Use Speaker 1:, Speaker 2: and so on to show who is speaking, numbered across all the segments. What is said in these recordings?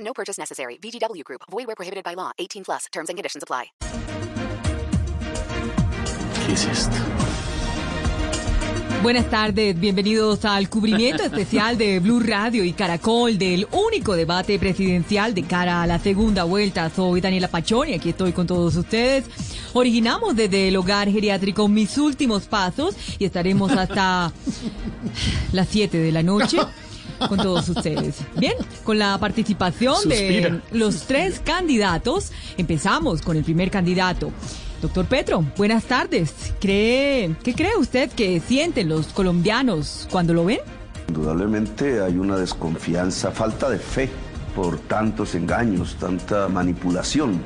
Speaker 1: No purchase necessary. VGW Group. Void where prohibited by law. 18 plus. Terms and conditions apply.
Speaker 2: ¿Qué es esto?
Speaker 3: Buenas tardes, bienvenidos al cubrimiento especial de Blue Radio y Caracol del único debate presidencial de cara a la segunda vuelta. Soy Daniela Pachón y aquí estoy con todos ustedes. Originamos desde el hogar geriátrico mis últimos pasos y estaremos hasta las 7 de la noche con todos ustedes. Bien, con la participación de
Speaker 2: Suspira.
Speaker 3: los tres candidatos, empezamos con el primer candidato. Doctor Petro, buenas tardes. ¿Cree, ¿Qué cree usted que sienten los colombianos cuando lo ven?
Speaker 4: Indudablemente hay una desconfianza, falta de fe por tantos engaños, tanta manipulación.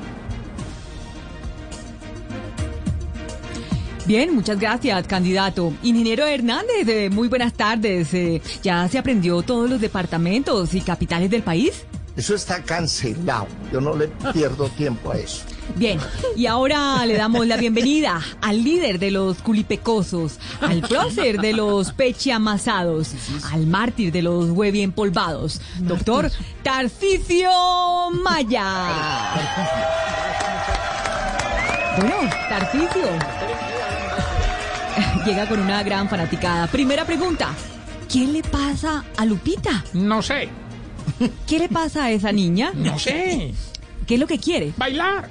Speaker 3: Bien, muchas gracias, candidato. Ingeniero Hernández, eh, muy buenas tardes. Eh, ¿Ya se aprendió todos los departamentos y capitales del país?
Speaker 5: Eso está cancelado. Yo no le pierdo tiempo a eso.
Speaker 3: Bien, y ahora le damos la bienvenida al líder de los culipecosos, al prócer de los pechiamasados, al mártir de los huevi empolvados, doctor Tarcicio Maya. Bueno, Tarcicio. Llega con una gran fanaticada. Primera pregunta. ¿Qué le pasa a Lupita?
Speaker 6: No sé,
Speaker 3: ¿Qué le pasa a esa niña?
Speaker 6: no sé.
Speaker 3: ¿Qué es lo que quiere?
Speaker 6: Bailar,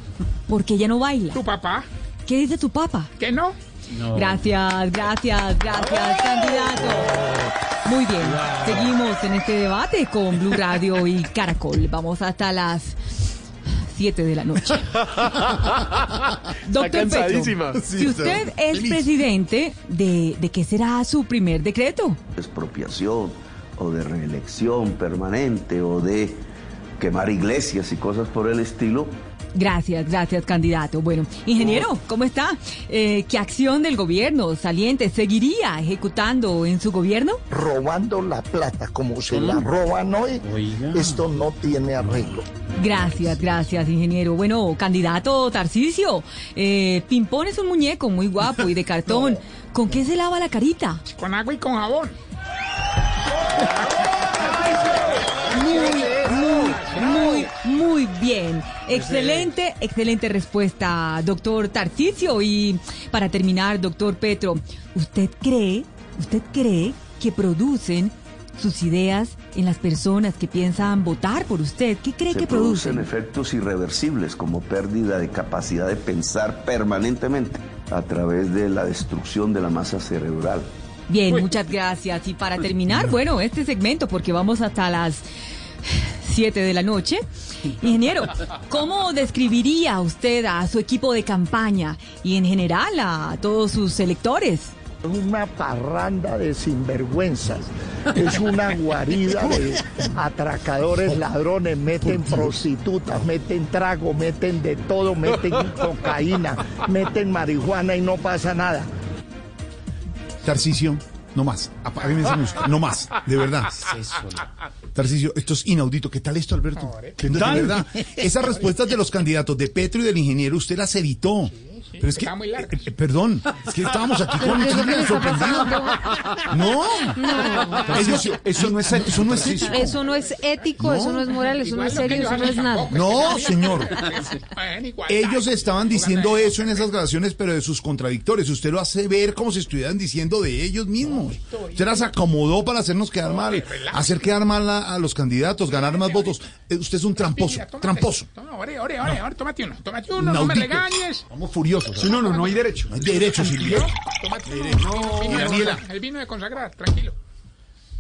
Speaker 3: Porque ella no baila.
Speaker 6: tu papá,
Speaker 3: ¿Qué dice tu papá?
Speaker 6: que no.
Speaker 3: Gracias, gracias, gracias, candidato. Muy bien, seguimos en este debate con Blue Radio y Caracol. Vamos hasta las 7 de la noche. Doctor Petro,
Speaker 2: cansadísima.
Speaker 3: si usted es presidente, ¿de, ¿de qué será su primer decreto?
Speaker 4: Expropiación o de reelección permanente o de quemar iglesias y cosas por el estilo.
Speaker 3: Gracias, gracias, candidato. Bueno, ingeniero, ¿cómo está? Eh, ¿Qué acción del gobierno saliente seguiría ejecutando en su gobierno?
Speaker 5: Robando la plata como se la roban hoy,
Speaker 2: Mm. Oiga.
Speaker 5: esto no tiene arreglo.
Speaker 3: Gracias, gracias, ingeniero. Bueno, candidato Tarcisio, eh, Pimpón es un muñeco muy guapo y de cartón. ¿Con qué se lava la carita?
Speaker 6: Con agua y con jabón.
Speaker 3: Muy, muy bien. Excelente, excelente respuesta, doctor Tarcisio. Y para terminar, doctor Petro, ¿usted cree, usted cree que producen sus ideas en las personas que piensan votar por usted? ¿Qué cree
Speaker 4: Se
Speaker 3: que
Speaker 4: producen
Speaker 3: producen?
Speaker 4: efectos irreversibles como pérdida de capacidad de pensar permanentemente a través de la destrucción de la masa cerebral.
Speaker 3: Bien, muchas gracias. Y para terminar, bueno, este segmento, porque vamos hasta las 7 de la noche. Ingeniero, ¿cómo describiría usted a su equipo de campaña y en general a todos sus electores?
Speaker 5: Es una parranda de sinvergüenzas. Es una guarida de atracadores, ladrones, meten prostitutas, meten trago, meten de todo, meten cocaína, meten marihuana y no pasa nada.
Speaker 7: Tarcisio, no más. Apágueme esa música. No más, de verdad. Tarcisio, esto es inaudito. ¿Qué tal esto, Alberto? ¿Qué tal? De verdad. Esas respuestas de los candidatos de Petro y del ingeniero, usted las editó. Pero es que,
Speaker 6: Estaba muy larga.
Speaker 7: eh, eh, perdón, es que estábamos aquí con eso que nos sorprendió. No, Tarcisio, eso no es eso no es ético.
Speaker 8: Eso no es ético,
Speaker 7: No.
Speaker 8: eso no es moral, eso no
Speaker 6: Igual
Speaker 8: es
Speaker 6: lo que
Speaker 8: serio, eso no
Speaker 6: Johanna
Speaker 8: es nada.
Speaker 6: tampoco,
Speaker 7: No,
Speaker 6: es que
Speaker 7: señor.
Speaker 6: Johanna- en igualdad.
Speaker 7: Ellos estaban diciendo
Speaker 6: Johanna-
Speaker 7: eso en esas grabaciones, pero de sus contradictores. Usted lo hace ver como si estuvieran diciendo de ellos mismos. Usted las acomodó para hacernos quedar mal, hacer quedar mal a, a los candidatos, ganar más votos. Eh, Usted es un tramposo,
Speaker 6: Mira, tómate.
Speaker 7: tramposo.
Speaker 6: Toma, Ore, ore, ore, ore, tómate uno, tómate uno, no me
Speaker 7: inaudito.
Speaker 6: regañes.
Speaker 7: Estamos furiosos.
Speaker 2: No, no, no hay derecho.
Speaker 7: No hay derecho, Silvia.
Speaker 6: Tómate uno. El vino de
Speaker 7: Daniela.
Speaker 6: consagrar, El vino de consagrar, tranquilo.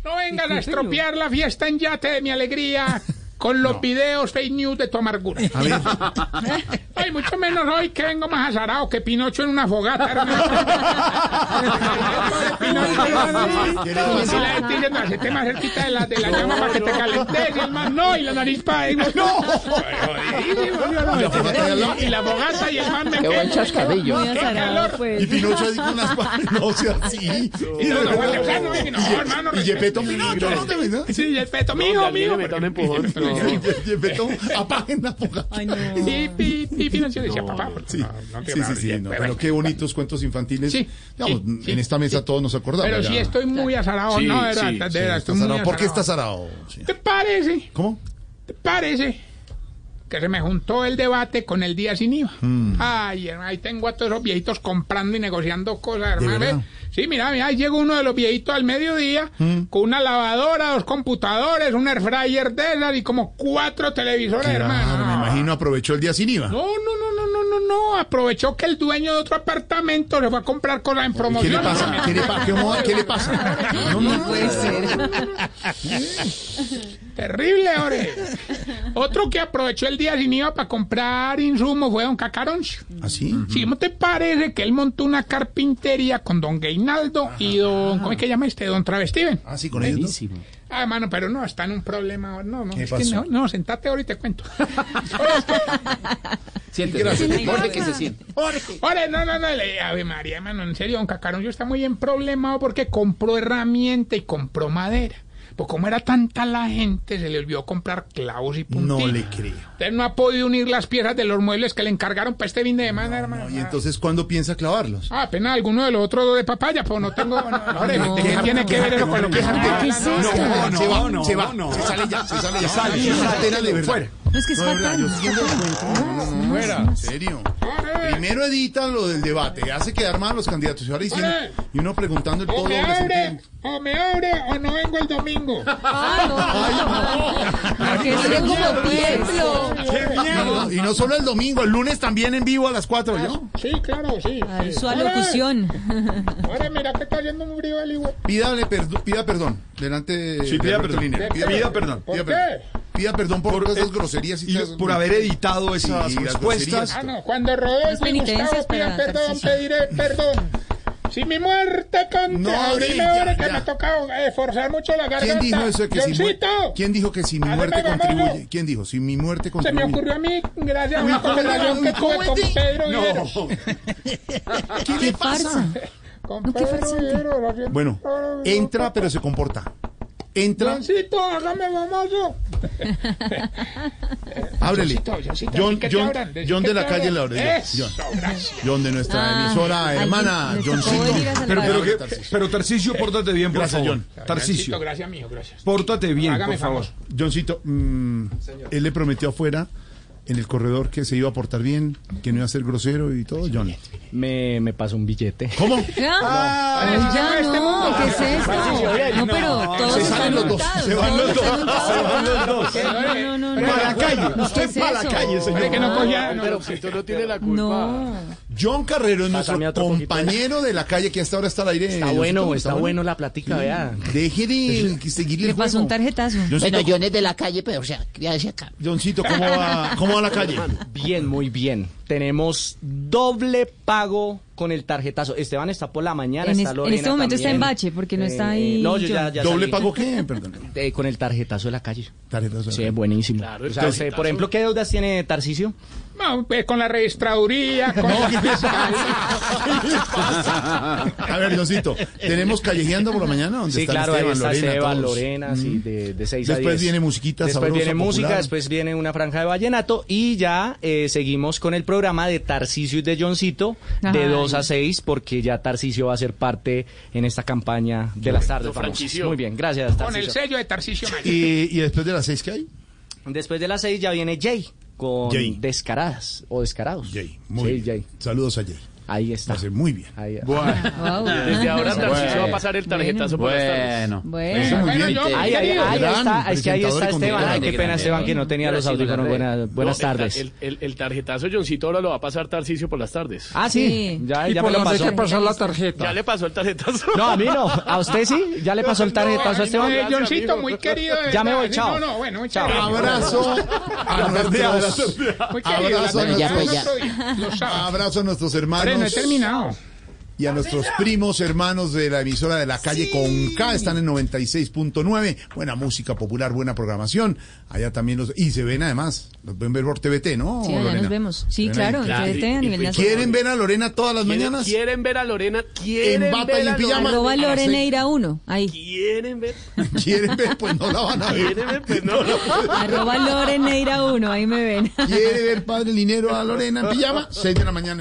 Speaker 6: No vengan a estropear la fiesta en yate de mi alegría. Con los videos fake news de tu amargura.
Speaker 7: A ver,
Speaker 6: Ay, mucho menos hoy que vengo más azarado que Pinocho en una fogata. hermano. Pinocho, hermano. Y la gente dice, no, hacete más cerquita de la, de la llama para que te calentes, y el man, no, y la nariz para ahí, no. Jodidísimo, yo no. Y la fogata y el man me
Speaker 8: Qué buen chascarrillo.
Speaker 3: Muy azarado,
Speaker 6: calor.
Speaker 3: pues.
Speaker 7: y Pinocho ahí con unas manos, no sea así.
Speaker 6: Y no, no, o sea, no, y no, hermano,
Speaker 7: Y Yepeto, Pinocho, no te ves, ¿no?
Speaker 6: Sí, y el peto, mijo, mijo.
Speaker 8: me da un empujón.
Speaker 7: Y Yepeto, apaguen la fogata.
Speaker 3: Ay, no.
Speaker 6: Y, y, y Pinocho decía, papá, porque
Speaker 7: Sí,
Speaker 6: no, Ah, no te
Speaker 7: sí,
Speaker 6: van a
Speaker 7: sí, sí,
Speaker 6: oír,
Speaker 7: no,
Speaker 6: pero
Speaker 7: pero
Speaker 6: bueno.
Speaker 7: qué bonitos cuentos infantiles.
Speaker 6: Sí,
Speaker 7: Digamos,
Speaker 6: sí, sí,
Speaker 7: en esta mesa
Speaker 6: sí.
Speaker 7: todos nos acordamos.
Speaker 6: Pero
Speaker 7: ya.
Speaker 6: sí estoy muy azarado,
Speaker 2: Sí,
Speaker 6: no, de verdad,
Speaker 2: sí,
Speaker 6: de
Speaker 2: sí,
Speaker 6: verdad,
Speaker 7: Está
Speaker 6: estoy muy
Speaker 7: zarado. ¿Por qué está
Speaker 6: azarado.
Speaker 7: zarado? Sí.
Speaker 6: ¿Te parece?
Speaker 7: ¿Cómo?
Speaker 6: ¿Te parece? Que se me juntó el debate con el día sin IVA.
Speaker 7: Hmm.
Speaker 6: Ay, hermano, ahí tengo a todos esos viejitos comprando y negociando cosas, hermano.
Speaker 7: verdad? Hmm.
Speaker 6: ¿ves? Sí, mira, mira, ahí llegó uno de los viejitos al mediodía con una lavadora, dos computadores, un air fryer de esas y como cuatro televisores, hermano.
Speaker 7: Claro, me imagino aprovechó el día sin IVA.
Speaker 6: No, no, no, no, no, no, no. Aprovechó que el dueño de otro apartamento le fue a comprar cosas en
Speaker 7: ¿Y
Speaker 6: promoción.
Speaker 7: ¿Qué le pasa? ¿Qué le, pa- qué mo- qué le pasa? No, no, no.
Speaker 3: Puede ser.
Speaker 6: Terrible, ore. Otro que aprovechó el día sin IVA para comprar insumos fue don Cacaroncio.
Speaker 7: ¿Así?
Speaker 6: Si no te parece que él montó una carpintería con don Gainaldo y don... ¿Cómo es que llama este? Don Travestiven.
Speaker 7: Ah, sí, con ellos. dos.
Speaker 6: Ah, hermano, pero no, está en un problema. ahora. No, no,
Speaker 7: ¿Qué
Speaker 6: es que
Speaker 7: pasó?
Speaker 6: no, no, sentate ahora y te cuento.
Speaker 8: Siéntese. Jorge, que se siente.
Speaker 6: Ore, no, no, no, le- Ave María, hermano, en serio, don Cacaroncio está muy en problemado porque compró herramienta y compró madera. Pues como era tanta la gente, se le olvidó comprar clavos y puntillas.
Speaker 7: No le creo.
Speaker 6: Usted no ha podido unir las piezas de los muebles que le encargaron para este fin de semana, hermano.
Speaker 7: No, ¿Y entonces cuándo piensa clavarlos?
Speaker 6: Ah, apenas alguno de los otros dos de papaya, pues no tengo. No, no, hombre,
Speaker 7: No,
Speaker 6: ¿Qué
Speaker 7: no,
Speaker 6: tiene que ver eso con lo que
Speaker 7: no, no,
Speaker 6: Ah, no,
Speaker 7: no, no,
Speaker 2: no,
Speaker 7: se va,
Speaker 2: no,
Speaker 7: se va,
Speaker 2: no.
Speaker 7: se sale ya, se sale ya.
Speaker 2: sale,
Speaker 7: Es una
Speaker 2: sale.
Speaker 7: tela de verdad.
Speaker 2: Fuera.
Speaker 3: No es que es
Speaker 7: No, de verdad, yo
Speaker 3: fatal.
Speaker 7: sí lo encuentro,
Speaker 8: Ah,
Speaker 7: no, no, no, no, En serio.
Speaker 6: Ore.
Speaker 7: Primero editan lo del debate, hace quedar mal a los candidatos y ahora dicen,
Speaker 6: Ore.
Speaker 7: y uno preguntando el
Speaker 6: O
Speaker 7: todo
Speaker 6: Eh. Oh, me
Speaker 7: hombre, se
Speaker 6: abre,
Speaker 7: entiende.
Speaker 6: o me abre, o no vengo el domingo.
Speaker 3: Que sea como pueblo.
Speaker 7: No, y no solo el domingo, el lunes también en vivo a las 4, ¿no?
Speaker 6: Sí, claro, sí.
Speaker 3: Ay,
Speaker 6: sí.
Speaker 3: Su
Speaker 6: Ore,
Speaker 3: alocución.
Speaker 6: Ore, mira que está yendo un frío el hijo.
Speaker 7: Pídale perdo- pida perdón delante de
Speaker 2: Sí, pida
Speaker 7: Alberto
Speaker 2: perdón.
Speaker 7: Linera.
Speaker 2: Pida perdón.
Speaker 7: Pida
Speaker 6: ¿Por
Speaker 7: perdón.
Speaker 6: qué?
Speaker 7: Pida perdón por, todas esas
Speaker 2: eh,
Speaker 7: groserías y,
Speaker 2: Y
Speaker 7: todas esas-
Speaker 2: por haber editado esas
Speaker 7: Sí, las
Speaker 2: respuestas.
Speaker 6: Ah,
Speaker 7: groserías.
Speaker 6: no, cuando Rodolfo y
Speaker 3: penitencias
Speaker 6: Gustavo pidan
Speaker 3: para
Speaker 6: perdón,
Speaker 3: Tarcisio.
Speaker 6: pediré perdón. Si mi muerte canta,
Speaker 7: No,
Speaker 6: abrime
Speaker 7: sí, ya,
Speaker 6: ahora que
Speaker 7: ya.
Speaker 6: me toca esforzar mucho la
Speaker 7: ¿Quién
Speaker 6: garganta.
Speaker 7: dijo eso que si mu-
Speaker 6: Johncito,
Speaker 7: ¿Quién dijo que si mi
Speaker 6: Hazme
Speaker 7: muerte
Speaker 6: mamá,
Speaker 7: contribuye?
Speaker 6: no.
Speaker 7: ¿Quién dijo? Si mi muerte
Speaker 6: Se me
Speaker 7: contribuye.
Speaker 6: ocurrió a mí gracias a una
Speaker 7: Uy, ¿cómo
Speaker 6: conversación que
Speaker 7: era? Uy, ¿cómo
Speaker 6: tuve con
Speaker 7: es de-
Speaker 6: Pedro
Speaker 7: No.
Speaker 6: Viveros.
Speaker 7: ¿Qué le pasa?
Speaker 6: Con
Speaker 3: No, qué
Speaker 6: Pedro
Speaker 3: farsante.
Speaker 6: Viveros, lo siento.
Speaker 7: Bueno, entra pero se comporta. Entra,
Speaker 6: Johncito, hágame famoso.
Speaker 7: ábrele.
Speaker 6: Johncito, Johncito,
Speaker 7: John,
Speaker 6: así que te
Speaker 7: John,
Speaker 6: abran, así
Speaker 7: John
Speaker 6: que te
Speaker 7: de la calle
Speaker 6: abran.
Speaker 7: La Orella.
Speaker 6: Eso,
Speaker 7: John.
Speaker 6: gracias.
Speaker 7: John de nuestra
Speaker 3: Ah,
Speaker 7: emisora
Speaker 3: alguien
Speaker 7: hermana,
Speaker 3: les tocó venir a
Speaker 7: Johncito.
Speaker 3: salvar.
Speaker 7: Pero, pero
Speaker 3: Pero
Speaker 7: que-
Speaker 2: Pero, pero Tarcicio, pórtate bien, por
Speaker 7: Gracias,
Speaker 2: favor.
Speaker 7: John.
Speaker 2: Tarcicio,
Speaker 6: gracias, mijo, gracias.
Speaker 2: pórtate bien,
Speaker 6: Hágame
Speaker 2: por favor.
Speaker 7: Johncito, mm, él le prometió afuera, en el corredor, que se iba a portar bien, que no iba a ser grosero y todo, John.
Speaker 8: Me, me pasó un billete.
Speaker 7: ¿Cómo? Ah,
Speaker 3: ¿Ya?
Speaker 6: No.
Speaker 3: ya
Speaker 6: Este mundo.
Speaker 3: no, ¿qué es esto? No, pero todos
Speaker 7: se
Speaker 3: están
Speaker 7: salen los dos,
Speaker 3: untados.
Speaker 7: se van
Speaker 3: todos
Speaker 7: los dos,
Speaker 3: están untados.
Speaker 7: se van los dos.
Speaker 3: No, no, no, no.
Speaker 7: Para la calle,
Speaker 3: ¿Qué es
Speaker 7: usted para la
Speaker 3: eso? Ah,
Speaker 7: calle, señor.
Speaker 6: Hombre, que no cogía, no,
Speaker 8: Pero si tú no tienes la culpa.
Speaker 3: No.
Speaker 7: John Carrero es nuestro
Speaker 8: Pásame otro poquito.
Speaker 7: compañero de la calle que hasta ahora está al aire.
Speaker 8: Está bueno, está bueno la platica, vea.
Speaker 7: Deje de seguirle el
Speaker 3: Le pasó un
Speaker 7: juego.
Speaker 3: tarjetazo.
Speaker 7: Johncito,
Speaker 9: Bueno, Jones de la calle, pero o sea, gracias acá.
Speaker 7: Johncito, ¿cómo va, ¿cómo va la calle?
Speaker 8: Bien, muy bien. Tenemos doble pago con el tarjetazo. Esteban está por la mañana.
Speaker 3: En
Speaker 8: está
Speaker 3: es- en
Speaker 8: Lorena
Speaker 3: este momento está en
Speaker 8: también. Eh,
Speaker 3: bache, porque no está ahí
Speaker 8: No, yo ya,
Speaker 3: John.
Speaker 8: ya
Speaker 7: ¿Doble
Speaker 8: salí.
Speaker 7: pago qué? Perdón.
Speaker 8: Eh, con el tarjetazo de la calle.
Speaker 7: Tarjetazo.
Speaker 8: Sí, es buenísimo. O sea, usted, por ejemplo, ¿qué deudas tiene Tarcicio?
Speaker 6: No, pues, con la registraduría, con la
Speaker 7: A ver, Johncito, ¿tenemos callejeando por la mañana? ¿Dónde
Speaker 8: Sí,
Speaker 7: están
Speaker 8: claro, ahí
Speaker 7: Esteban,
Speaker 8: está
Speaker 7: Lorena,
Speaker 8: Esteban,
Speaker 7: todos? Mm.
Speaker 8: Lorena, sí, de, de 6 a 10.
Speaker 7: Después viene musiquita
Speaker 8: Después
Speaker 7: sabrosa,
Speaker 8: viene música,
Speaker 7: popular.
Speaker 8: después viene una franja de vallenato y ya eh, seguimos con el programa de Tarcisio y de Johncito de
Speaker 3: Ay.
Speaker 8: 2 a 6 porque ya Tarcisio va a ser parte en esta campaña de las tardes. famosas. Muy bien, gracias
Speaker 6: con el
Speaker 8: Tarcisio.
Speaker 6: sello de Tarcisio Maya.
Speaker 7: ¿Y, y después de las seis qué hay?
Speaker 8: Después de las 6 ya viene Jay con
Speaker 7: Jay.
Speaker 8: Descaradas o Descarados.
Speaker 7: Jay. Muy
Speaker 8: sí,
Speaker 7: bien.
Speaker 8: Jay.
Speaker 7: Saludos a Jay.
Speaker 8: Ahí está.
Speaker 7: Lo hace muy bien.
Speaker 8: Ahí-
Speaker 3: Wow.
Speaker 10: Desde ahora
Speaker 3: Ah, Bueno.
Speaker 10: Tarcisio va a pasar el tarjetazo por las tardes.
Speaker 3: Bueno.
Speaker 7: Eso muy bien.
Speaker 6: yo, mi
Speaker 8: Ahí, ahí,
Speaker 6: querido.
Speaker 8: ahí
Speaker 7: Gran
Speaker 8: está, es que ahí está
Speaker 7: presentador y
Speaker 8: Esteban. Ay,
Speaker 7: conductor.
Speaker 8: qué pena, Esteban, que no tenía los audífonos. Buenas, buenas
Speaker 10: No, el-
Speaker 8: tardes.
Speaker 10: El, el- el tarjetazo Johncito ahora lo va a pasar Tarcisio por las tardes.
Speaker 8: Ah, sí,
Speaker 3: Sí.
Speaker 8: ya, ya me lo pasó.
Speaker 3: pasar la
Speaker 10: Ya
Speaker 3: tarjeta.
Speaker 10: le pasó el tarjetazo.
Speaker 8: No, a mí no, a usted sí, ya le pasó el tarjetazo a Esteban.
Speaker 6: Eh, Johncito, muy querido. de
Speaker 8: Ya me
Speaker 6: verdad.
Speaker 8: voy,
Speaker 6: Sí,
Speaker 8: chao.
Speaker 6: No, no, bueno, muy
Speaker 8: Chao.
Speaker 6: querido.
Speaker 7: Abrazo a nuestros,
Speaker 6: Muy querido.
Speaker 7: abrazo a
Speaker 9: Bueno, ya,
Speaker 7: nuestros,
Speaker 9: pues, ya.
Speaker 6: Otro día, Los sábados.
Speaker 7: abrazo a nuestros
Speaker 6: Hombre, no
Speaker 7: hermanos
Speaker 6: he terminado.
Speaker 7: y a nuestros primos hermanos de la emisora de la calle con K. Están en 96.9. Buena música popular, buena programación. Allá también los. Y se ven además. Los pueden ver por TVT, ¿no?
Speaker 3: Sí, allá
Speaker 7: Lorena?
Speaker 3: nos vemos. Sí,
Speaker 7: Ven
Speaker 3: claro,
Speaker 7: ahí.
Speaker 3: en
Speaker 10: claro.
Speaker 3: TVT, a nivel nacional.
Speaker 7: ¿Quieren ver a Lorena todas las
Speaker 10: ¿Quieren-
Speaker 7: mañanas?
Speaker 10: ¿Quieren ver a Lorena? ¿Quieren
Speaker 7: En bata
Speaker 10: ver
Speaker 7: y en
Speaker 10: a Lorena?
Speaker 7: pijama.
Speaker 3: Arroba
Speaker 7: A las seis.
Speaker 3: Loreneira 1, ahí.
Speaker 10: ¿Quieren ver?
Speaker 7: ¿Quieren ver? Pues no la van a ver.
Speaker 10: ¿Quieren ver? Pues no.
Speaker 3: Arroba Loreneira 1, ahí me ven.
Speaker 7: ¿Quiere ver Padre Linero a Lorena en pijama? 6 de la mañana.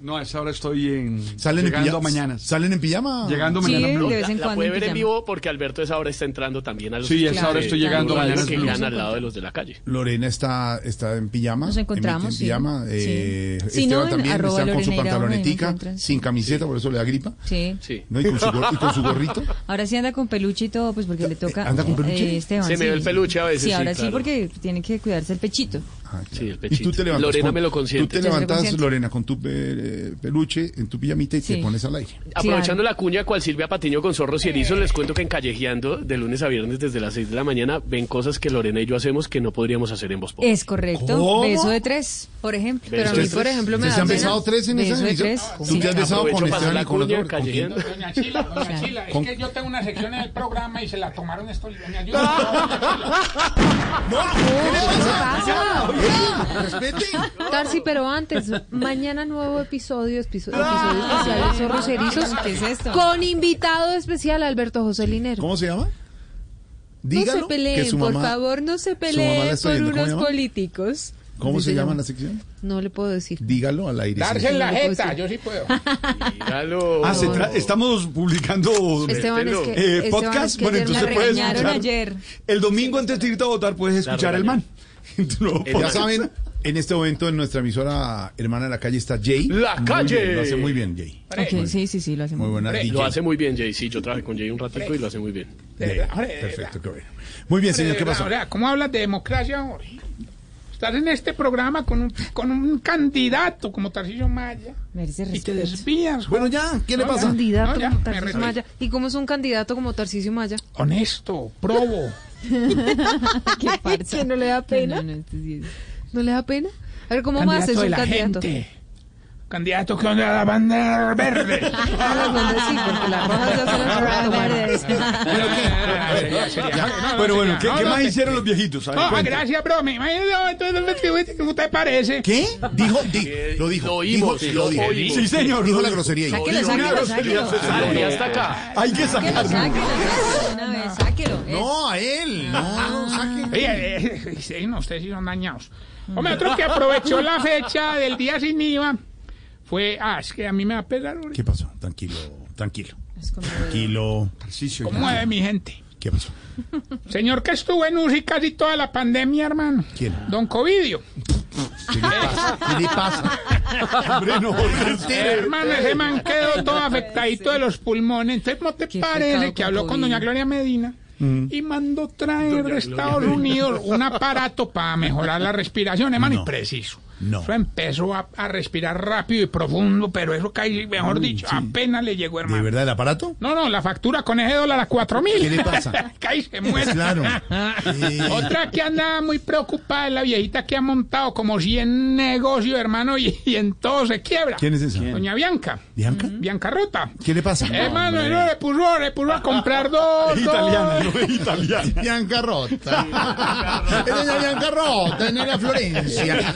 Speaker 2: No, a esa hora estoy en.
Speaker 7: ¿Salen en
Speaker 2: llegando
Speaker 7: pijama?
Speaker 2: mañana.
Speaker 7: ¿Salen en pijama?
Speaker 2: Llegando
Speaker 3: Sí,
Speaker 2: mañana
Speaker 3: de
Speaker 2: en Blue.
Speaker 3: vez en
Speaker 10: La
Speaker 3: cuando.
Speaker 10: puede ver en
Speaker 3: pijama.
Speaker 10: vivo porque Alberto es ahora está entrando también a los
Speaker 2: Sí, a esa
Speaker 3: Claro,
Speaker 2: hora estoy
Speaker 3: claro.
Speaker 2: llegando
Speaker 10: radio
Speaker 2: mañana
Speaker 10: que
Speaker 2: en Blue.
Speaker 10: quedan al lado de los de la calle.
Speaker 7: Lorena está, está en pijama.
Speaker 3: Nos encontramos,
Speaker 7: En pijama.
Speaker 3: sí.
Speaker 7: Eh,
Speaker 3: Sí. Si
Speaker 7: Esteban
Speaker 3: no, en
Speaker 7: también
Speaker 3: arroba
Speaker 7: está con su
Speaker 3: Lorena Irao, ahí
Speaker 7: pantalonetica,
Speaker 3: me encuentran.
Speaker 7: sin camiseta, por eso le da gripa.
Speaker 3: Sí.
Speaker 10: Sí.
Speaker 7: ¿no? Y, con su, gor- y con su gorrito.
Speaker 3: Ahora sí anda con peluche y todo, pues porque le toca.
Speaker 7: ¿Anda con peluche?
Speaker 3: eh, Esteban,
Speaker 10: Se me ve el peluche a veces,
Speaker 3: Sí,
Speaker 10: sí,
Speaker 3: ahora sí,
Speaker 10: claro.
Speaker 3: porque tiene que cuidarse el pechito.
Speaker 7: Ah, claro.
Speaker 10: Sí, el
Speaker 7: y tú
Speaker 10: pechito.
Speaker 7: te levantas.
Speaker 10: Lorena
Speaker 7: con-
Speaker 10: me lo consiente.
Speaker 7: Tú te
Speaker 3: Yo se lo
Speaker 7: levantas,
Speaker 3: consiento.
Speaker 7: Lorena, con tu eh, peluche en tu pijamita y te
Speaker 3: Sí.
Speaker 7: pones al aire.
Speaker 10: Aprovechando la cuña cual Silvia Patiño con Zorros y Erizos, les cuento que en Callejeando, de lunes a viernes desde las 6 de la mañana, ven cosas que Lorena y yo hacemos que no podríamos hacer en Voz Populi.
Speaker 3: Es correcto.
Speaker 7: ¿Cómo?
Speaker 3: Beso de tres, por ejemplo.
Speaker 10: Beso
Speaker 3: Pero a
Speaker 10: de
Speaker 3: mí,
Speaker 10: tres.
Speaker 3: por ejemplo, me
Speaker 7: ¿Ustedes
Speaker 3: da
Speaker 7: se han
Speaker 3: pena.
Speaker 7: besado tres en
Speaker 3: Beso
Speaker 7: esa
Speaker 3: de
Speaker 7: emisión?
Speaker 3: tres.
Speaker 7: ¿Tú
Speaker 3: sí.
Speaker 7: te has besado
Speaker 10: Aprovecho
Speaker 7: con
Speaker 10: para hacer
Speaker 7: Esteban
Speaker 10: la
Speaker 7: y Ah, con
Speaker 10: cuña,
Speaker 7: Adolfo? ¿Con quién?
Speaker 10: Callejeando.
Speaker 6: Doña Chila, doña Chila, es
Speaker 7: Con-
Speaker 6: que yo tengo una sección en el programa y se la tomaron estos. ¿Me ayuda?
Speaker 7: Respete.
Speaker 11: Tarsi, pero antes, mañana nuevo episodio,
Speaker 7: Ah,
Speaker 11: episo- episodio, especial de Zorros y Erizos,
Speaker 3: ¿Qué es esto?
Speaker 11: con invitado especial Alberto José Linero.
Speaker 7: ¿Cómo se llama?
Speaker 11: no
Speaker 7: Dígalo.
Speaker 11: se peleen,
Speaker 7: que su
Speaker 11: por
Speaker 7: mamá-
Speaker 11: favor, no se
Speaker 7: mamá la
Speaker 11: peleen
Speaker 7: está
Speaker 11: por
Speaker 7: oyendo, ¿cómo
Speaker 11: unos
Speaker 7: se llama?
Speaker 11: políticos.
Speaker 7: ¿Cómo
Speaker 11: Así
Speaker 7: se llama la sección?
Speaker 11: No le puedo decir.
Speaker 7: Dígalo al aire.
Speaker 6: Darse
Speaker 7: sí.
Speaker 6: en la jeta, yo sí puedo.
Speaker 10: Míralo.
Speaker 2: Ah, se tra- estamos publicando
Speaker 11: Esteban, es que,
Speaker 2: eh,
Speaker 11: Esteban,
Speaker 2: podcast.
Speaker 11: es que
Speaker 2: bueno,
Speaker 11: ayer la
Speaker 2: entonces puedes
Speaker 11: regañaron
Speaker 3: regañaron
Speaker 2: escuchar.
Speaker 3: ayer.
Speaker 2: El domingo antes de irte a votar puedes escuchar el man. No,
Speaker 10: El
Speaker 7: Ya
Speaker 10: man.
Speaker 7: saben, en este momento en nuestra emisora hermana de la calle está Jay.
Speaker 10: La
Speaker 7: Muy
Speaker 10: calle.
Speaker 7: bien, lo hace muy bien, Jay.
Speaker 3: Ok, sí, sí, sí, lo hacemos.
Speaker 7: Muy buena DJ.
Speaker 10: Lo hace muy bien, Jay. Sí, yo trabajé con Jay un ratico y lo hace muy bien.
Speaker 7: Jay. Perfecto, qué bueno. Muy bien, Eh, señor, ¿qué pasó?
Speaker 6: Ahora, ¿Cómo hablas de democracia ahora? Estás en este programa con un, con un candidato como Tarcillo Maya
Speaker 3: Merece
Speaker 6: y te
Speaker 3: respeto.
Speaker 6: desvías.
Speaker 7: Bueno, ya, ¿qué le
Speaker 6: No,
Speaker 7: pasa?
Speaker 11: Candidato
Speaker 6: No, Ah, ya,
Speaker 11: como
Speaker 6: me
Speaker 11: Tarcisio
Speaker 6: retiro.
Speaker 11: Maya. ¿Y cómo es un candidato como Tarcisio Maya?
Speaker 6: Honesto, probo.
Speaker 3: Qué farsa.
Speaker 11: ¿Que no le da pena?
Speaker 3: No, no, esto sí es-
Speaker 11: ¿No le da pena? A ver, ¿cómo más
Speaker 6: candidato
Speaker 11: es
Speaker 6: de
Speaker 11: un
Speaker 6: la
Speaker 11: candidato?
Speaker 6: gente. Candidato que onda la bandera verde.
Speaker 11: Ah, las bandas sí, porque las rojas ya son las rojas verdes.
Speaker 6: Ah, sería- sería- no, no,
Speaker 2: Pero bueno,
Speaker 6: sería-
Speaker 2: ¿qué,
Speaker 6: no,
Speaker 2: qué
Speaker 6: no,
Speaker 2: más
Speaker 6: te-
Speaker 2: hicieron los viejitos? A ver,
Speaker 6: Oh,
Speaker 2: cuente.
Speaker 6: gracias, bro. Me imagino entonces lo que usted parece.
Speaker 7: ¿Qué? Dijo, di- lo dijo.
Speaker 10: Lo oímos,
Speaker 7: dijo,
Speaker 10: lo
Speaker 7: dijo.
Speaker 10: oímos.
Speaker 2: Sí, señor.
Speaker 7: Dijo la grosería.
Speaker 3: Sáquelo, sáquelo, sáquelo.
Speaker 10: Salve, hasta acá.
Speaker 2: Hay que
Speaker 3: Sáquelo,
Speaker 2: sacarlo.
Speaker 3: sáquelo. sáquelo, Una vez, sáquelo.
Speaker 11: Eh,
Speaker 7: No, a él. No, sáquenlo.
Speaker 6: Oye, eh, eh, sí, no, ustedes sí son dañados. Hombre, otro que aprovechó la fecha del día sin IVA fue. Ah, es que a mí me va a pegar, hombre.
Speaker 7: ¿Qué pasó? Tranquilo, tranquilo.
Speaker 3: Es como-
Speaker 7: Tranquilo.
Speaker 6: ¿Cómo es mi gente?
Speaker 7: ¿Qué pasó?
Speaker 6: Señor que estuvo en UCI casi toda la pandemia, hermano.
Speaker 7: ¿Quién?
Speaker 6: Don Covidio.
Speaker 7: ¿Qué le pasa? ¿Qué le pasa? Hombre, no, respire.
Speaker 6: Hermano, ese man quedó todo afectadito de los pulmones. Entonces, ¿no te
Speaker 3: Qué
Speaker 6: parece
Speaker 3: pecado
Speaker 6: que
Speaker 3: con
Speaker 6: habló con
Speaker 3: Covidio.
Speaker 6: doña Gloria Medina?
Speaker 7: Mm.
Speaker 6: Y mandó traer de Estados Unidos un aparato para mejorar la respiración, hermano,
Speaker 7: No.
Speaker 6: y preciso.
Speaker 7: No.
Speaker 6: Eso empezó a, a respirar rápido y profundo, pero eso casi, mejor dicho, apenas le llegó,
Speaker 7: ¿De
Speaker 6: hermano.
Speaker 7: verdad el aparato?
Speaker 6: No, no, la factura con ese dólar a cuatro mil.
Speaker 7: ¿Qué le pasa?
Speaker 6: Caí, se muere.
Speaker 7: Claro. Eh, Sí.
Speaker 6: Otra que anda muy preocupada es la viejita que ha montado como 100 negocios, hermano, y, y en todo se quiebra.
Speaker 7: ¿Quién Eh, es esa?
Speaker 6: Doña Bianca.
Speaker 7: ¿Bianca?
Speaker 6: Bianca Rota.
Speaker 7: ¿Qué le pasa?
Speaker 6: hermano, y Eh, no, le puso, le puso a comprar dos.
Speaker 2: Italiana,
Speaker 6: dos.
Speaker 2: no es italiana.
Speaker 7: Bianca Rota. Es doña Bianca Rota, en la Florencia.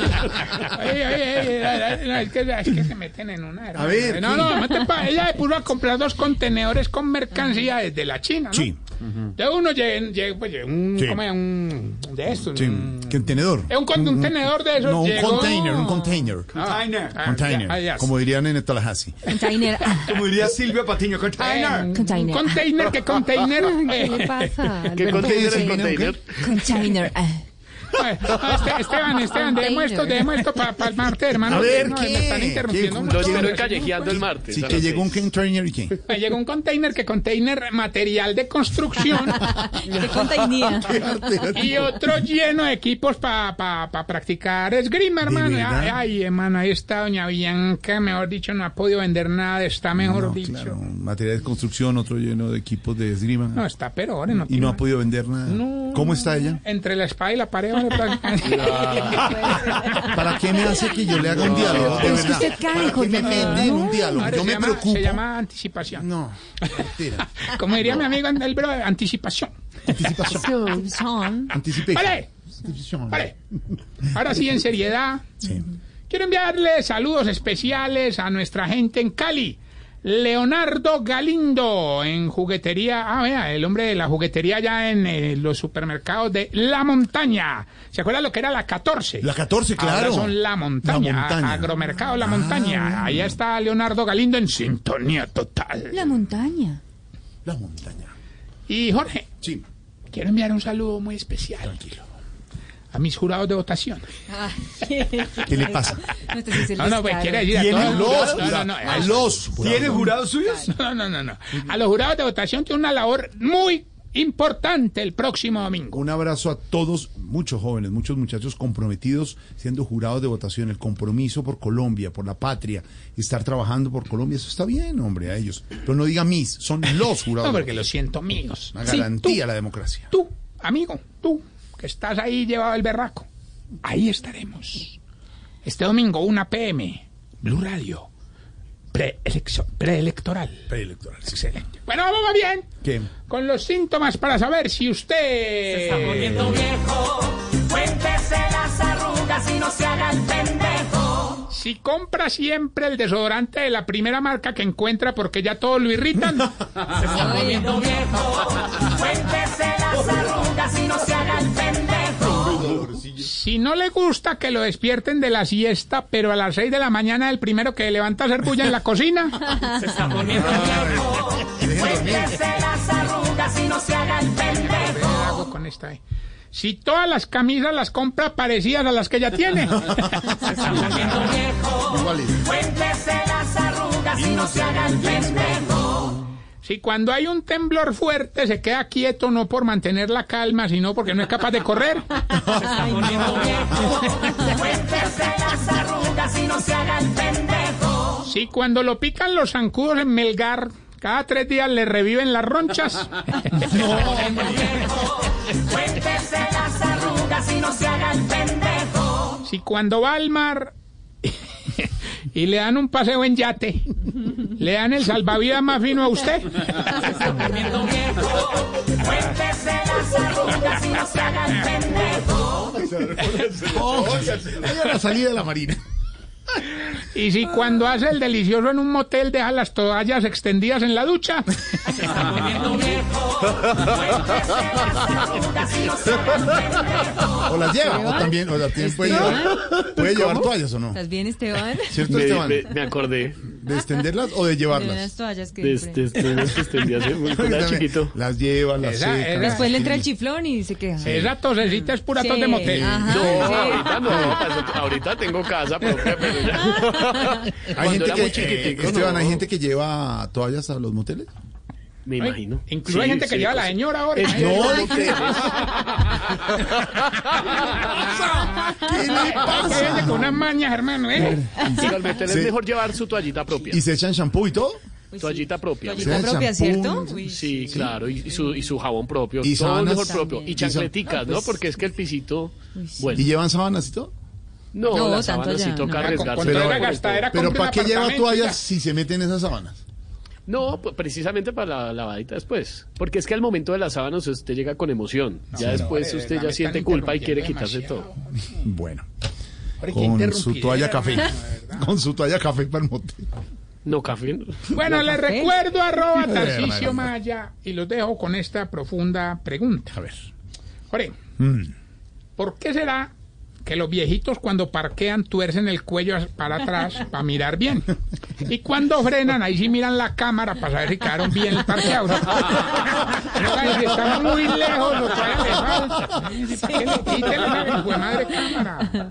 Speaker 6: Oye, oye, oye, ay, ay, no, es, que, es que se meten en una. hermano.
Speaker 7: ver,
Speaker 6: No,
Speaker 7: ¿qué?
Speaker 6: no, mate pa- ella se puso a comprar dos contenedores con mercancía desde la China, ¿no?
Speaker 7: Sí.
Speaker 6: Entonces uno llega, llega, pues, llega un,
Speaker 7: Sí.
Speaker 6: ¿cómo es? un de estos,
Speaker 7: Sí,
Speaker 6: un-
Speaker 7: contenedor.
Speaker 6: es un, con- un tenedor de esos.
Speaker 7: No, un
Speaker 6: llegó-
Speaker 7: container, un container.
Speaker 6: No, ah,
Speaker 7: Container,
Speaker 6: ya, ah, ya.
Speaker 7: como dirían en Tallahassee.
Speaker 3: Container.
Speaker 7: Como diría Silvia Patiño, container.
Speaker 6: Container. Container, ¿qué container? Eh,
Speaker 3: Ay, ¿qué le pasa,
Speaker 7: ¿Qué container es container?
Speaker 3: Container. ah.
Speaker 6: Ah, este- Esteban, Esteban, dejemos esto, dejemos esto para el martes, hermano.
Speaker 7: A ver,
Speaker 6: No,
Speaker 7: ¿qué?
Speaker 6: Me están
Speaker 7: ¿Qué?
Speaker 6: interrumpiendo
Speaker 7: ¿Qué?
Speaker 6: un
Speaker 7: Lo
Speaker 6: montón.
Speaker 7: espero en
Speaker 10: callejeando el martes.
Speaker 7: Sí, que llegó un container y qué.
Speaker 6: Me llegó un container que container material de construcción.
Speaker 3: ¿Qué containía?
Speaker 6: y otro lleno de equipos para practicar esgrima, hermano. Ay, ay, hermano, ahí está doña Bianca, mejor dicho, no ha podido vender nada, está mejor
Speaker 7: No,
Speaker 6: dicho.
Speaker 7: claro, material de construcción, otro lleno de equipos de esgrima.
Speaker 6: No, está pero ahora no
Speaker 7: y no
Speaker 6: tiene-
Speaker 7: ha podido vender nada. ¿Cómo está ella?
Speaker 6: Entre la espada y la pared, vale, prácticamente.
Speaker 7: ¿Para qué me hace que yo le haga un diálogo? De
Speaker 3: Pero es que
Speaker 7: verdad.
Speaker 3: usted cae,
Speaker 7: ¿Para qué me
Speaker 3: Jorge Alfredo.
Speaker 7: venden un diálogo?
Speaker 6: Ahora
Speaker 7: Yo
Speaker 6: se
Speaker 7: me
Speaker 6: llama-
Speaker 7: preocupo.
Speaker 6: Se llama anticipación.
Speaker 7: No, mentira.
Speaker 6: Como diría mi amigo Andel Bro, anticipación.
Speaker 7: Anticipación. Anticipé.
Speaker 6: Vale, vale. Ahora sí, en seriedad.
Speaker 7: Sí.
Speaker 6: Quiero enviarle saludos especiales a nuestra gente en Cali. Leonardo Galindo en juguetería. Ah, vea, el hombre de la juguetería ya en eh, los supermercados de La Montaña. ¿Se acuerdan lo que era la 14?
Speaker 7: La 14,
Speaker 6: Ahora
Speaker 7: claro.
Speaker 6: son La Montaña.
Speaker 7: La Montaña. Ah.
Speaker 6: Agromercado La Montaña. Allá está Leonardo Galindo en sintonía total.
Speaker 3: La montaña.
Speaker 7: La montaña.
Speaker 6: Y Jorge.
Speaker 7: Sí.
Speaker 6: Quiero enviar un saludo muy especial. A mis jurados de votación.
Speaker 7: ¿Qué le pasa?
Speaker 6: No, no, pues quiere decir a
Speaker 7: ¿Tiene
Speaker 6: todos
Speaker 7: los
Speaker 6: No, no, no,
Speaker 7: jurados? ¿A
Speaker 6: eso.
Speaker 7: los jurados? ¿Tiene jurados
Speaker 6: suyos? No, no, no, no. A los jurados de votación tiene una labor muy importante el próximo domingo.
Speaker 7: Un abrazo a todos, muchos jóvenes, muchos muchachos comprometidos, siendo jurados de votación, el compromiso por Colombia, por la patria, estar trabajando por Colombia, eso está bien, hombre, a ellos. Pero no diga mis, son los jurados.
Speaker 6: No, porque lo siento míos.
Speaker 7: Una
Speaker 6: Sí,
Speaker 7: garantía a la democracia.
Speaker 6: Tú, amigo, tú, que estás ahí llevado el berraco. Ahí estaremos. Este domingo, 1 p.m., Blue Radio, preelexo- preelectoral.
Speaker 7: Preelectoral.
Speaker 6: Excelente. Bueno, vamos bien
Speaker 7: ¿Qué?
Speaker 6: con los síntomas para saber si usted... Se está poniendo
Speaker 12: Cuéntese las arrugas y no se haga el pendejo.
Speaker 6: Si compra siempre el desodorante de la primera marca que encuentra porque ya todos lo irritan.
Speaker 12: Se está poniendo viejo. Cuéntese las arrugas y no se haga el pendejo.
Speaker 6: si no le gusta que lo despierten de la siesta, pero a las 6 de la mañana el primero que levanta a hacer bulla en la cocina.
Speaker 12: Se está poniendo viejo. Cuéntese las arrugas y no se haga el pendejo.
Speaker 6: ¿Qué hago con esta? eh? Si todas las camisas las compra parecidas a las que ya tiene.
Speaker 12: Se está poniendo viejo. Cuéntese las arrugas y no se haga el pendejo.
Speaker 6: Si cuando hay un temblor fuerte se queda quieto no por mantener la calma, sino porque no es capaz de correr.
Speaker 12: Se está poniendo viejo. Cuéntese las arrugas y no se haga el pendejo.
Speaker 6: Si cuando lo pican los zancudos en Melgar, cada tres días le reviven las ronchas.
Speaker 12: Cuéntese las arrugas y no se haga el pendejo.
Speaker 6: Si cuando va al mar y le dan un paseo en yate, le dan el salvavidas más fino a usted.
Speaker 12: Se está poniendo viejo. Cuéntese las arrugas y no se haga el pendejo.
Speaker 7: Ahí a la salida de la marina.
Speaker 6: Y si cuando hace el delicioso en un motel deja las toallas extendidas en la ducha.
Speaker 12: Se está poniendo viejo. Cuéntese las arrugas y no se haga el pendejo.
Speaker 7: O las lleva, o también, o las tiene, puede llevar, puede llevar toallas o no.
Speaker 3: ¿Estás bien, Esteban?
Speaker 7: ¿Cierto,
Speaker 10: Me,
Speaker 7: Esteban?
Speaker 10: me- me acordé.
Speaker 7: ¿De extenderlas o de
Speaker 3: De unas
Speaker 7: llevarlas?
Speaker 3: toallas que
Speaker 10: De
Speaker 3: compré.
Speaker 10: este, este, de este, este, de hace- cuando era chiquito.
Speaker 7: Las lleva, las
Speaker 6: Esa-
Speaker 7: seca.
Speaker 6: esa-
Speaker 7: las
Speaker 3: Después le entra el
Speaker 7: tiene.
Speaker 3: chiflón y se queja.
Speaker 6: Esa tosecita es pura tos
Speaker 3: Sí,
Speaker 6: de motel.
Speaker 3: ajá,
Speaker 10: No,
Speaker 3: sí.
Speaker 10: ahorita no. pues, Ahorita tengo casa propia, pero ya.
Speaker 7: Hay
Speaker 10: Cuando
Speaker 7: gente
Speaker 10: era muy
Speaker 7: que,
Speaker 10: chiquitico,
Speaker 7: eh, Esteban,
Speaker 10: no.
Speaker 7: ¿hay gente que lleva toallas a los moteles?
Speaker 10: Me imagino.
Speaker 6: Incluso hay
Speaker 10: Sí,
Speaker 6: gente que
Speaker 10: sí,
Speaker 6: lleva a la
Speaker 10: pues,
Speaker 6: señora ahora.
Speaker 10: es que no, no crees.
Speaker 7: ¿Qué le
Speaker 6: Hay gente con unas mañas, hermano, ¿eh?
Speaker 10: Realmente
Speaker 7: Sí.
Speaker 10: es mejor llevar su toallita propia.
Speaker 7: ¿Y se echan shampoo y todo?
Speaker 10: Toallita propia.
Speaker 3: Toallita
Speaker 7: Sí,
Speaker 3: propia,
Speaker 7: champú.
Speaker 3: ¿cierto? Uy,
Speaker 10: Sí, claro, y, y su, y su jabón propio.
Speaker 7: Y
Speaker 10: todo
Speaker 7: sábanas.
Speaker 10: mejor propio.
Speaker 3: También.
Speaker 10: Y
Speaker 7: Y sa-
Speaker 10: chancleticas,
Speaker 7: Ah,
Speaker 10: ¿no?
Speaker 7: pues-
Speaker 10: Porque es que el pisito. Bueno,
Speaker 7: ¿Y llevan sábanas y todo?
Speaker 10: no,
Speaker 3: No,
Speaker 10: las
Speaker 3: tanto
Speaker 10: sábanas sí
Speaker 3: ya,
Speaker 10: toca
Speaker 3: no.
Speaker 10: arriesgarse.
Speaker 6: Pero-
Speaker 10: todo
Speaker 6: la
Speaker 10: por
Speaker 6: gastadera
Speaker 10: todo.
Speaker 7: ¿Pero
Speaker 6: compre
Speaker 7: para
Speaker 6: un
Speaker 7: qué lleva
Speaker 6: apartamento y ya.
Speaker 7: toallas si se meten esas sábanas?
Speaker 10: No, pues, precisamente para la lavadita después. Porque es que al momento de las sábanas usted llega con emoción. ya después
Speaker 6: de
Speaker 10: usted
Speaker 6: verdad,
Speaker 10: ya
Speaker 6: me
Speaker 10: siente
Speaker 6: están
Speaker 10: culpa y quiere quitarse
Speaker 6: interrumpiendo
Speaker 10: todo.
Speaker 7: Bueno.
Speaker 13: Con su toalla café. Con su toalla café para el mote.
Speaker 7: No, café. no.
Speaker 6: Bueno, les recuerdo arroba
Speaker 13: Bueno,
Speaker 6: Tarcicio
Speaker 13: bueno.
Speaker 6: Maya y los dejo con esta profunda pregunta. A ver. Mm. Jorge, ¿por qué será que los viejitos cuando parquean tuercen el cuello as- para atrás para mirar bien? Y cuando frenan, ahí sí miran la cámara para saber si quedaron bien parqueados. Pero, ay, si están muy lejos, los traen de falta. Quítenle la hijo de madre cámara.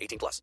Speaker 14: 18 plus.